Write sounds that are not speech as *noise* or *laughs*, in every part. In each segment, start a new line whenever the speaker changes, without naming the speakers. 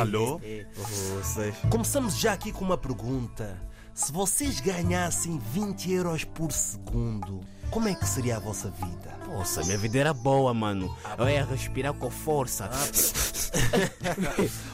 Alô?
Vocês.
Começamos já aqui com uma pergunta. Se vocês ganhassem 20 euros por segundo, como é que seria a vossa vida?
Nossa, minha vida era boa, mano. Eu ia respirar com força.
*laughs*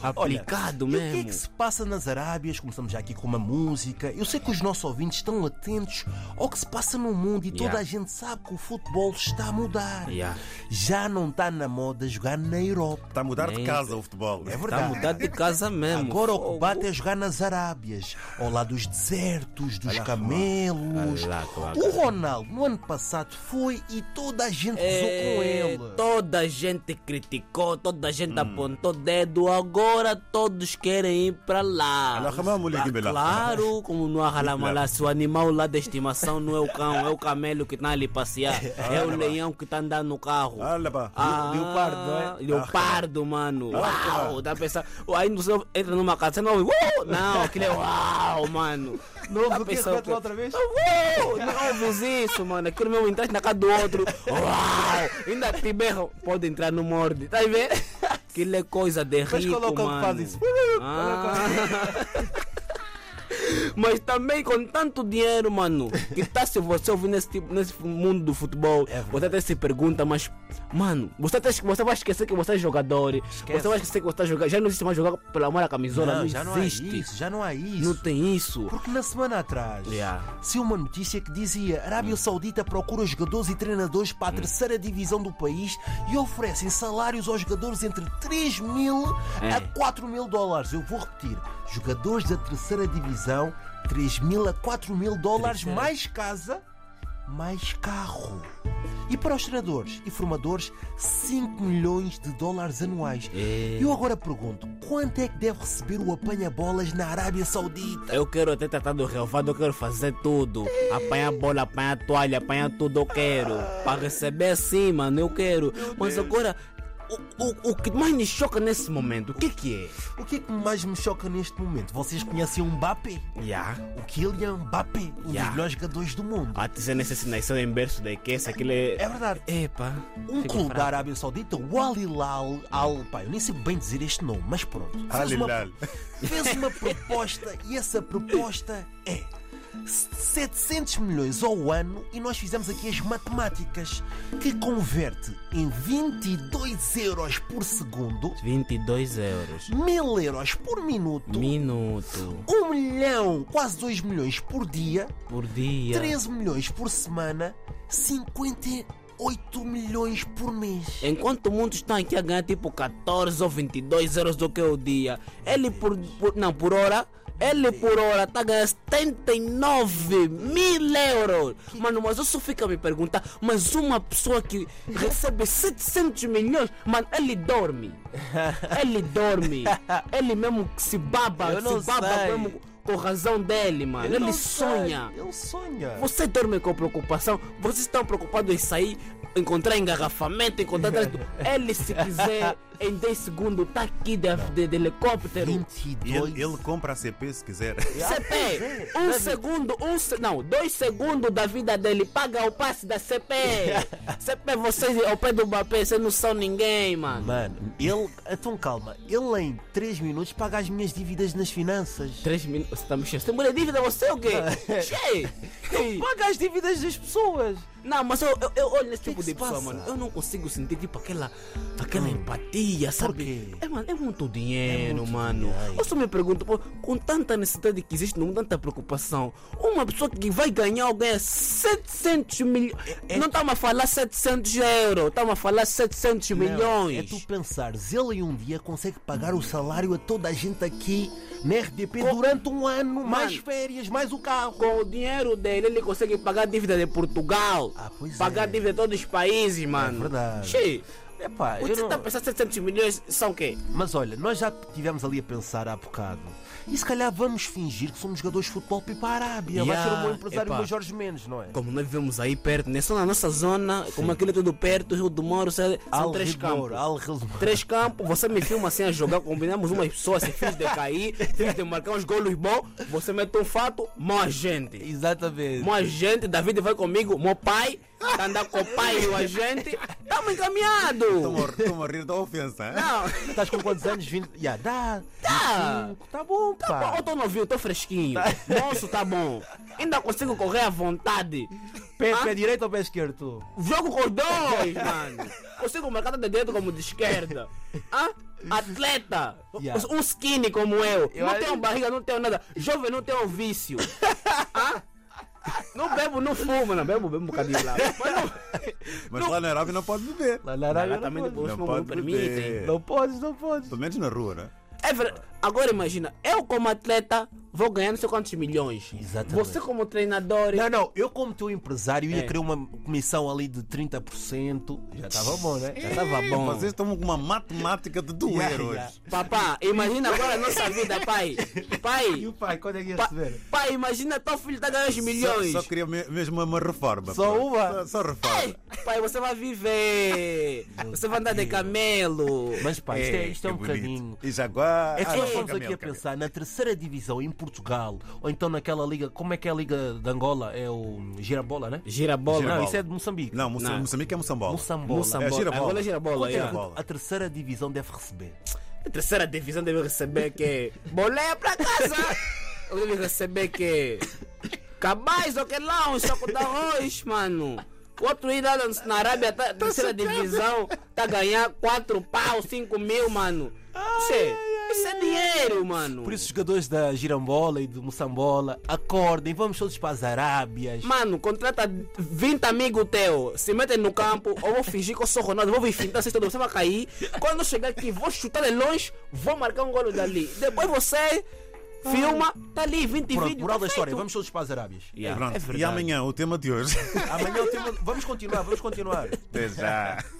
Aplicado
E o que é
mesmo.
que se passa nas Arábias? Começamos já aqui com uma música. Eu sei que os nossos ouvintes estão atentos ao que se passa no mundo e toda
Yeah.
a gente sabe que o futebol está a mudar.
Yeah.
Já não está na moda jogar na Europa.
Está Tá a mudar de
Nem-
casa o futebol. né?
É
Tá
verdade.
mudado de casa mesmo.
Agora o que bate é jogar nas Arábias, ao lado dos desertos, dos camelos.
Olha lá, claro.
O Ronaldo, no ano passado, foi e toda a gente
É,
gozou com Hum. ele.
Toda a gente criticou, toda a gente apontou dedo, agora todos querem ir para lá.
Alahama mulegi bela.
Claro, como no Ahalamalá, se o animal lá de estimação não é o cão, é o camelo que está
*laughs*
ali passear, é o leão que está andando no carro.
Olha pá.
leopardo, é? Leopardo, mano. Uau, dá pra pensar. Aí você entra numa casa, você não ouve. Uau! Não, aquilo é uau, mano. Não ouve
o quê? Repete lá outra vez?
Uau! Não ouves isso, mano. Aquilo mesmo entraste na casa do outro. Uau! Ainda te berram. Pode entrar no morde. Tá a
*laughs*
ver? Aquilo é coisa de rico,
Mas qual é o cão que
mano. Ah.
faz isso? *laughs*
Mas também com tanto dinheiro, mano, que tá se você ouvir nesse, tipo, nesse mundo do futebol,
É
você até se pergunta, mas, mano, você, até, você vai esquecer que você é jogador, você vai esquecer que você tá jogando, já não existe mais jogar pela amor à camisola, não,
já não há
existe,
isso, já não há isso.
não tem isso.
Porque na semana atrás,
Yeah. Hum.
se uma notícia que dizia Arábia Saudita procura jogadores e treinadores para a terceira divisão do país e oferecem salários aos jogadores entre 3 mil a
É.
4 mil dólares. Eu vou repetir: jogadores da terceira divisão, 3 mil a 4 mil dólares mais casa, mais carro. E para os treinadores e formadores, 5 milhões de dólares anuais.
É.
Eu agora pergunto: quanto é que deve receber o apanha-bolas na Arábia Saudita?
Eu quero até tratar do relvado, eu quero fazer tudo. Apanhar bola, apanhar toalha, apanhar tudo, eu quero. Para receber sim, mano, eu quero. Mas agora, o, o, o que mais me choca nesse momento, o que que é?
O que é que mais me choca neste momento? Vocês conhecem o Mbappé? O Kylian Mbappé, um
Yeah.
dos melhores jogadores do mundo.
A dizer necessidade é em berço de que essa aquilo é.
É verdade.
Epa.
Um
fico
clube da
fraco.
Arábia Saudita, o Al Hilal Al, pá, eu nem sei bem dizer este nome, mas pronto. Fez uma-
Al Hilal.
*laughs* Fez uma proposta e essa proposta é 700 milhões ao ano e nós fizemos aqui as matemáticas que converte em 22 euros por segundo,
22 euros.
1000 euros por minuto,
Minuto
1 milhão, quase 2 milhões por dia.
por dia.
13 milhões por semana, 58 milhões por mês.
Enquanto muitos estão aqui a ganhar tipo 14 ou 22 euros do que o dia, ele por, por- não por hora, ele por hora está ganhando 79 mil euros. Mano, mas eu só fico a me perguntar, mas uma pessoa que recebe 700 milhões, mano,
*laughs*
ele dorme. Ele dorme. Ele mesmo que se baba,
Eu não
se baba
sei.
mesmo com razão dele, mano. ele sonha.
Ele sonha.
Você dorme com preocupação? Vocês estão preocupados em sair, encontrar engarrafamento, encontrar trânsito? Ele, se quiser, em 10 segundos, tá aqui de, de, de
é
helicóptero.
22.
E ele, ele compra a CP se quiser.
*laughs* É.
CP, um segundo, um se- não, dois segundos da vida dele, paga o passe da CP. CP, vocês ao pé do Mbappé, vocês não são ninguém, mano.
Mano, ele. Então calma, ele em 3 minutos paga as minhas dívidas nas finanças.
3 minutos, você tá mexendo. Você tem mulher dívida, você é o quê? Cheio!
Paga as dívidas das pessoas.
Não, mas eu, eu, eu olho nesse
Que
tipo
que
de
se
pessoa,
passa?
mano. Eu não consigo sentir tipo aquela, aquela empatia, sabe?
Hum. quê?
É, mano, é muito dinheiro,
muito
mano.
dinheiro.
Eu só me pergunto, pô, com tanta necessidade que existe, não tanta preocupação, uma pessoa que vai ganhar ou ganha 700 milhões.
É,
Não estamos a falar 700 euros, estamos a falar 700
É tu
milhões.
pensares, ele em um dia consegue pagar o salário a toda a gente aqui na RDP durante um ano, mais férias, mais o carro.
Com o dinheiro dele, ele consegue pagar a dívida de Portugal,
Ah, pois
pagar
é.
a dívida de todos os países, mano.
verdade.
Cheio.
Epá, eu
Você
não-
está a pensar 700 milhões são o quê?
Mas olha, nós já tivemos ali a pensar há bocado. E se calhar vamos fingir que somos jogadores de futebol para ir para a Arábia. Vai
Yeah,
ser um bom empresário
epá.
meu Jorge Mendes, não é?
Como nós vivemos aí perto, né? Só na nossa zona, como aquilo é tudo perto, Rio do Moro, são
um
são três campos. Três campos, você me filma assim a jogar, combinamos umas pessoas, se fiz de cair, fiz de marcar uns golos bons, você mete um fato, mó gente.
Exatamente.
Mó gente, David vai comigo, meu pai, Tá andando com o pai e a gente. Estamos encaminhados.
Estou a rir da ofensa. hein?
Não.
Estás com quantos anos? 20. Já, dá.
Tá.
25. Tá bom,
Tá bom,
pá.
eu tô novinho, eu tô fresquinho. Moço, tá bom. Ainda consigo correr à vontade.
Pé,
Ah?
pé direito ou pé esquerdo? tu?
Jogo com os dois, mano. Consigo marcar tanto de direita como de esquerda. Hã? Atleta.
Yeah.
Um skinny como eu.
Eu
não
acho-
tenho barriga, não tenho nada. Jovem, não tenho vício. Hã? Não bebo, não fumo, não. Bebo, bebo um bocadinho lá. Mas não...
Mas lá na Arábia não pode beber.
Lá na
Lá tá
Arábia
também
não
depois
podes.
não,
Não
não,
pode
permitem.
beber.
Não podes, não podes.
Pelo menos na rua, né?
É verdade. Agora imagina, eu como atleta vou ganhar não sei quantos milhões.
Exatamente.
Você como treinador...
Não, não, eu como teu empresário ia
É.
querer uma comissão ali de 30%. Já estava bom, né? Já estava
É.
bom.
Vocês estão com uma matemática de doer
Yeah,
hoje.
yeah.
Papá, imagina agora a nossa vida,
*laughs*
pai.
E o
Pai,
pai, quando é que ia
pa-
receber?
pai, imagina teu filho tá ganhando os milhões.
Só, só queria me- mesmo uma reforma.
Só
pronto.
uma?
Só, só
Ai,
reforma.
pai, você vai viver. Você vai andar de camelo.
Mas pá, isto é, isto é
que
um
bonito.
bocadinho.
E Jaguar.
É que
Ah,
nós
não,
estamos
camelo,
aqui a
camelo.
pensar na terceira divisão em Portugal, ou então naquela liga, como é que é a liga de Angola? É o Girabola, né?
Gira a bola.
Não,
Girabola.
isso é de Moçambique.
Não, Moça-
Não.
Moçambique é Moçambola.
Moçambola.
Moçambola.
É, gira a bola.
Angola gira a bola.
Quanto é
yeah.
que bola.
A terceira divisão deve receber.
é A terceira divisão deve receber que. Bolé pra casa! *laughs* Eu deve receber que. Cabais, ou que lá, um saco de arroz, mano. O outro ir lá na- na Arábia, tá, terceira divisão, tá ganhando 4 pau, 5 mil, mano. Isso é, isso é dinheiro, mano.
Por isso, os jogadores da Girambola e do Moçambola, acordem, vamos todos para as Arábias.
Mano, contrata 20 amigos teus, se metem no campo, eu vou fingir que eu sou Ronaldo, vou vir fintar, vocês todos, você vai cair. Quando eu chegar aqui, vou chutar de longe, vou marcar um golo dali. Depois você filma, tá ali, 20
Pronto,
vídeos.
moral
tá
da história,
feito.
vamos todos para as Arábias. *laughs*
Yeah.
Pronto.
É verdade. *laughs*
e amanhã, o tema de hoje.
Amanhã o tema- Vamos continuar, vamos continuar.
Até já.